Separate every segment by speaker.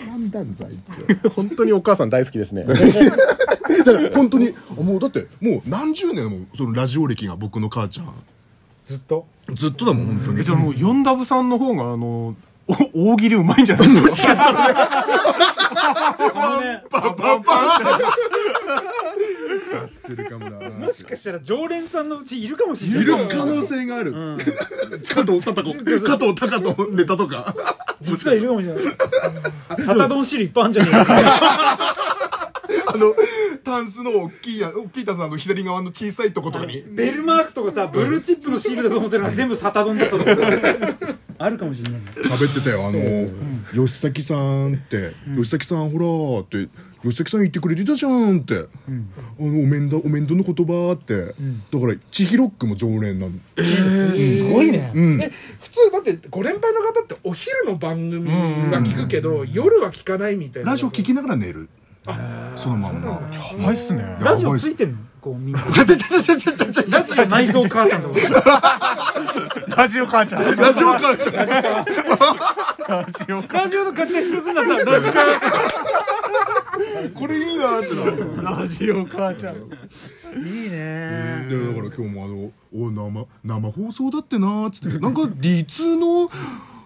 Speaker 1: たんだあいつ
Speaker 2: 本当にお母さん大好きですね
Speaker 3: だから本当にもうだってもう何十年もそのラジオ歴が僕の母ちゃん
Speaker 4: ずっと
Speaker 3: ずっとだもん本当に
Speaker 5: じゃあもう、ヨンダブさんの方が、あの、お大喜利うまいんじゃないですか。もしかしたらね。パンパンパンって
Speaker 3: 出してるかもな
Speaker 4: もしかしたら常連さんのうちいるかもし
Speaker 3: い
Speaker 4: れない
Speaker 3: る可能性がある、加藤聡子加藤隆のネタとか
Speaker 4: 実はいるかもしれないサタドンシールいっぱいあるんじゃねえか
Speaker 3: あのタンスの大きいや大きいタンスのあの左側の小さいとことかに
Speaker 4: ベルマークとかさブルーチップのシールだと思ってるのが全部サタドンだったとかあるかもしれない
Speaker 3: 喋ってたよあの、吉崎さんって、吉崎さんほらーって吉崎さん言ってくれてたじゃんって、あのお面だお面どの言葉って、だから千尋っくも常連なの
Speaker 5: すごいね。
Speaker 1: え普通だってご連敗の方ってお昼の番組は聞くけど、夜は聞かないみたいな
Speaker 3: ラジオ聞きながら寝るあそのまんま
Speaker 5: やばいっすね。
Speaker 4: ラジオついてんのこうみんな
Speaker 3: ちゃちゃちゃちゃちゃちゃちゃ
Speaker 4: ラジオ内蔵母さんとか
Speaker 5: ラジオ母ちゃん。
Speaker 3: ラジオからちゃ
Speaker 5: ラジオ
Speaker 4: ラジオの勝ちが一つになったらラジカ
Speaker 3: これいいなーってなる
Speaker 5: ラジオ母ちゃん。
Speaker 4: いい
Speaker 3: だ
Speaker 4: ね
Speaker 3: から今日もあの「お生生放送だってな」っつって「なんか D2 の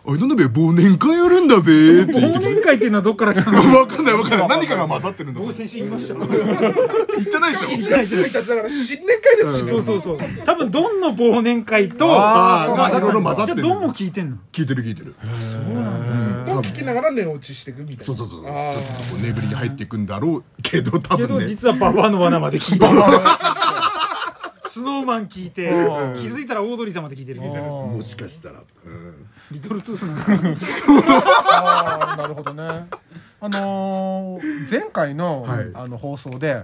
Speaker 3: あれなんだべ忘年会やるんだべ」って言って
Speaker 4: 忘年会っていうのはどっから来たの
Speaker 3: 分かんない分かんない何かが混ざってるんだと思
Speaker 4: 僕
Speaker 3: う
Speaker 4: 先週言いました
Speaker 3: 言ってないでしょ
Speaker 1: 1月1日だから新年会ですよ、
Speaker 4: そうそうそう多分ドンの忘年会と
Speaker 3: あーまあいろいろ混ざって
Speaker 4: じゃ
Speaker 3: る
Speaker 4: あドンも聞いてんの
Speaker 3: 聞いてる聞いてる
Speaker 1: と聞きながら寝落ちしていくみたいな
Speaker 3: そうそうそうそうスッとこう眠りに入っていくんだろうけど多
Speaker 4: けど
Speaker 3: 分ね
Speaker 4: 実はババアの罠まで聞いてる スノーマン聞いて気づいたらオードリーさんまで聞いてるみたいな
Speaker 3: もしかしたらうん
Speaker 4: リトルトゥースなんか
Speaker 5: ああ、なるほどね。あのー、前回の、
Speaker 3: はい
Speaker 5: あの放送で、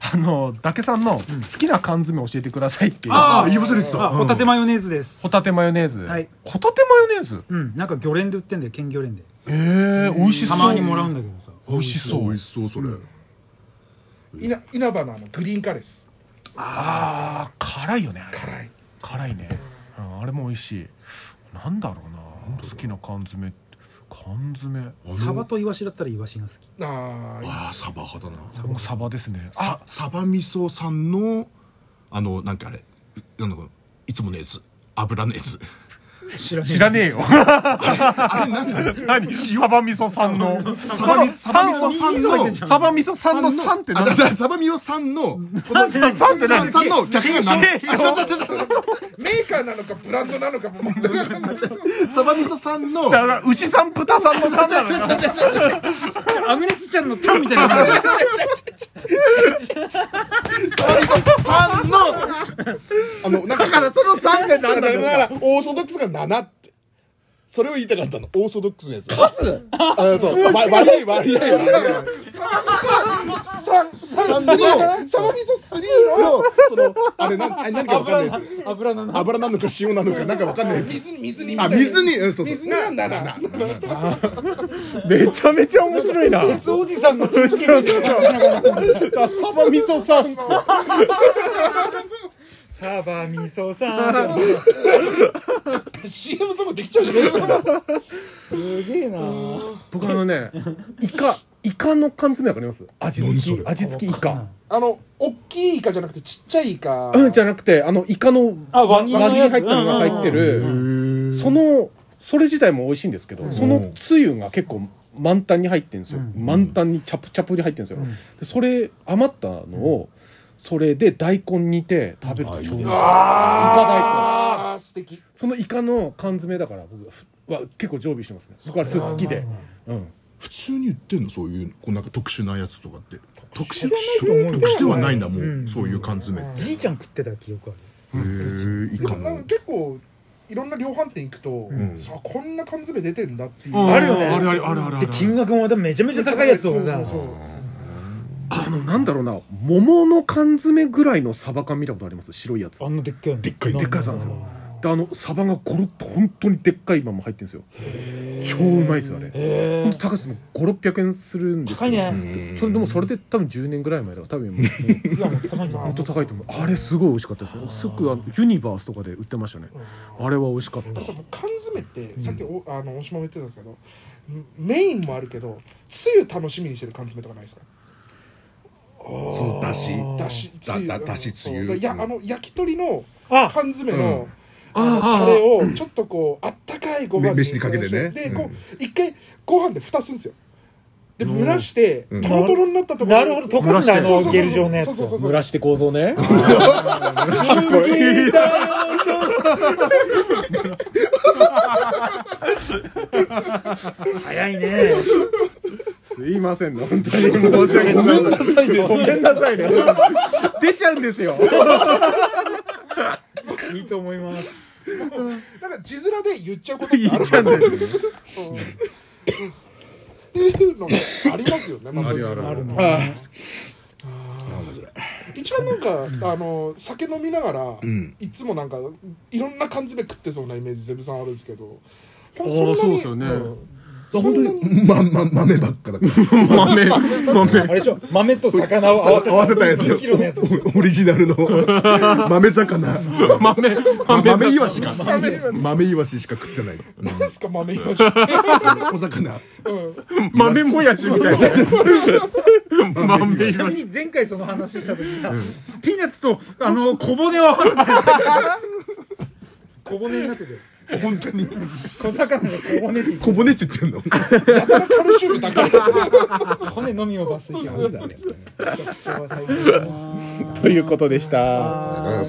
Speaker 5: あの伊達さんの好きな缶詰教えてくださいっていう、
Speaker 3: ああ言い忘れてた
Speaker 4: あホタ
Speaker 3: う
Speaker 4: テ
Speaker 3: ん
Speaker 4: マヨネーズです
Speaker 5: ホタテマヨネーズ、
Speaker 4: はい
Speaker 5: ホタテマヨネーズ
Speaker 4: うんなんか魚連で売ってんだよ県魚連で
Speaker 5: ええ美味しそ
Speaker 4: た
Speaker 5: う
Speaker 4: まにもらうんだけどさ
Speaker 5: 美味しそう
Speaker 3: 美味しそうそれ
Speaker 1: いな稲葉のあのグリーンカレーです
Speaker 5: あー辛いよね辛い辛いね、うんあれも美味しいなんだろうな好きな缶詰って缶詰
Speaker 4: サバとイワシだったらイワシが好き
Speaker 1: ああ
Speaker 3: ああサバ派だな
Speaker 5: もうサバですねあ
Speaker 3: さサバ味噌さんのあのなんかあれなんだかいつものやつ油のやつ
Speaker 4: 知らね
Speaker 5: 知ら ねえよ
Speaker 3: あれなんだろう
Speaker 5: 何サバ味噌さんの
Speaker 3: サバ味サバ味噌さんの
Speaker 5: サバ味噌さんの3って
Speaker 3: あ
Speaker 5: 何
Speaker 3: だからサバミオさんの
Speaker 4: 三って何
Speaker 5: 三って
Speaker 3: さん
Speaker 5: 何
Speaker 3: さんの客が何
Speaker 5: 経営上
Speaker 3: あちょちょちょちょちょ
Speaker 1: メーカーなのかブランドなのかも全く分かんない
Speaker 3: サバ味噌さんの
Speaker 5: だから牛さん豚さんの3なのか
Speaker 4: アグネスちゃんのちゃんみたいな
Speaker 3: サバ味噌さんの
Speaker 1: あのなんかだからその3がなんだからオーソドックスが7ってそれを言いたかったのオーソドックスのやつ数あそう割割合割合サバ味噌3のサバ味噌3のその
Speaker 3: あれなんあれ何かわかんないやつ
Speaker 4: 油なの
Speaker 3: 油なのか塩なのかなんかわかんないやつ
Speaker 1: 水水に
Speaker 3: あ水にうんそうそう
Speaker 1: 水になんだな
Speaker 5: めちゃめちゃ面白いな
Speaker 4: 鉄おじさんのちんちん
Speaker 5: サバ味噌さん
Speaker 4: サバ味噌さん
Speaker 1: CM ソングできちゃうじゃないですか
Speaker 4: すげえな
Speaker 5: 僕あのねイカイカの缶詰わかります味付き
Speaker 3: 何それ
Speaker 5: 味付きイカ
Speaker 1: あの大きいイカじゃなくてちっちゃいイカ
Speaker 5: うんじゃなくてあのイカの
Speaker 4: あワニのや
Speaker 5: 輪切り
Speaker 4: つ
Speaker 5: 入ったのが入ってるそのそれ自体も美味しいんですけどそのつゆが結構満タンに入ってるんですよ満タンにチャプチャプに入ってるんですよでそれ余ったのをそれで大根煮て食べるとちょうどいいですイカ大根
Speaker 1: あー素敵
Speaker 5: そのイカの缶詰だから僕は結構常備してますね僕はそれ好きでうん
Speaker 3: 普通に売ってんのそういうこうなんか特殊なやつとかって特殊
Speaker 4: 知らないと思うよ
Speaker 3: 特殊ではないんだもうそういう缶詰って
Speaker 4: じいちゃん食ってた記憶あ
Speaker 3: へ
Speaker 4: る
Speaker 3: えい
Speaker 1: で
Speaker 3: か
Speaker 1: もなん
Speaker 3: も
Speaker 1: か結構いろんな量販店行くと、さあこんな缶詰出てんだっていう、
Speaker 4: うん
Speaker 5: あるよねあるあるあるあるあ
Speaker 4: で
Speaker 5: る
Speaker 4: 金額もまためちゃめちゃ高いやつをさ
Speaker 1: そうそうそう
Speaker 5: あのなんだろうな桃の缶詰ぐらいのサバ缶見たことあります白いやつ
Speaker 4: あんなでっかいの
Speaker 5: でっかいでっかいやつなんですよであのサバがゴロッと本当にでっかい今も入ってるんですよ超うまいですよあれ
Speaker 4: へ
Speaker 5: 本当高橋も5600円するんですけ
Speaker 4: 高
Speaker 5: ど
Speaker 4: いね
Speaker 5: それでもそれで多分10年ぐらい前だから多分もう
Speaker 4: いやもう高いんだ
Speaker 5: 本当高いと思うあれすごい美味しかったですねすぐあのユニバースとかで売ってましたねあれは美味しかった
Speaker 1: その缶詰ってさっきおあの大島も言ってたんですけどメインもあるけどつゆ楽しみにしてる缶詰とかないですか
Speaker 3: そのだし
Speaker 1: だしつゆ
Speaker 3: だだだしつゆ
Speaker 1: そういやあの焼き鳥の
Speaker 4: あ
Speaker 1: 缶詰の
Speaker 4: ああ
Speaker 1: あのタレをちょっとこうあったかいご飯
Speaker 3: め飯にかけてね
Speaker 1: で
Speaker 3: うん
Speaker 1: こう一回ご飯で蓋すんですよで蒸らしてトロトロになったところ
Speaker 4: なるほど溶かすんだあ
Speaker 1: そうそうそ
Speaker 4: の
Speaker 1: う
Speaker 4: ゲル状のやつ
Speaker 1: そうそうそう
Speaker 4: を
Speaker 1: そう
Speaker 5: 蒸らして構造ね
Speaker 4: 早いね
Speaker 5: すいませんね本当に申し訳ごめんなさいねごめんなさいね 出ちゃうんですよ
Speaker 4: いいと思います
Speaker 1: なんか字面で言っちゃうことってある
Speaker 5: ちゃうんだよ ね
Speaker 1: っていうのがありますよね、まあ、そういうの
Speaker 3: あるある
Speaker 1: 一番なんかあの酒飲みながら、
Speaker 3: ん
Speaker 1: いつもなんかいろんな缶詰食ってそうなイメージゼブさんあるんですけどほん
Speaker 5: あー
Speaker 1: そんなに
Speaker 5: そうですよ ね
Speaker 1: んそ
Speaker 3: 本当
Speaker 1: んなに
Speaker 3: にまま豆ばっかだから
Speaker 5: 豆豆
Speaker 4: あれでしょ豆と魚を合わせた
Speaker 3: 合わせたやつ
Speaker 4: 2キロのやつ
Speaker 3: オリジナルの豆魚
Speaker 5: 豆
Speaker 3: ま豆イワシか豆イワシしか食ってない
Speaker 1: 何ですか豆言わして
Speaker 3: 小魚
Speaker 5: 豆もやしみたいな
Speaker 4: ちなみに前回その話した時にさ、ピーナッツとあの小骨を合わせたやつ小骨になってて
Speaker 3: 本当に
Speaker 4: 小魚の小骨って
Speaker 3: 小骨って言ってんの
Speaker 1: やたらカルシウム高い
Speaker 4: 骨のみを抜粋しよう今日は最後
Speaker 5: ということでした。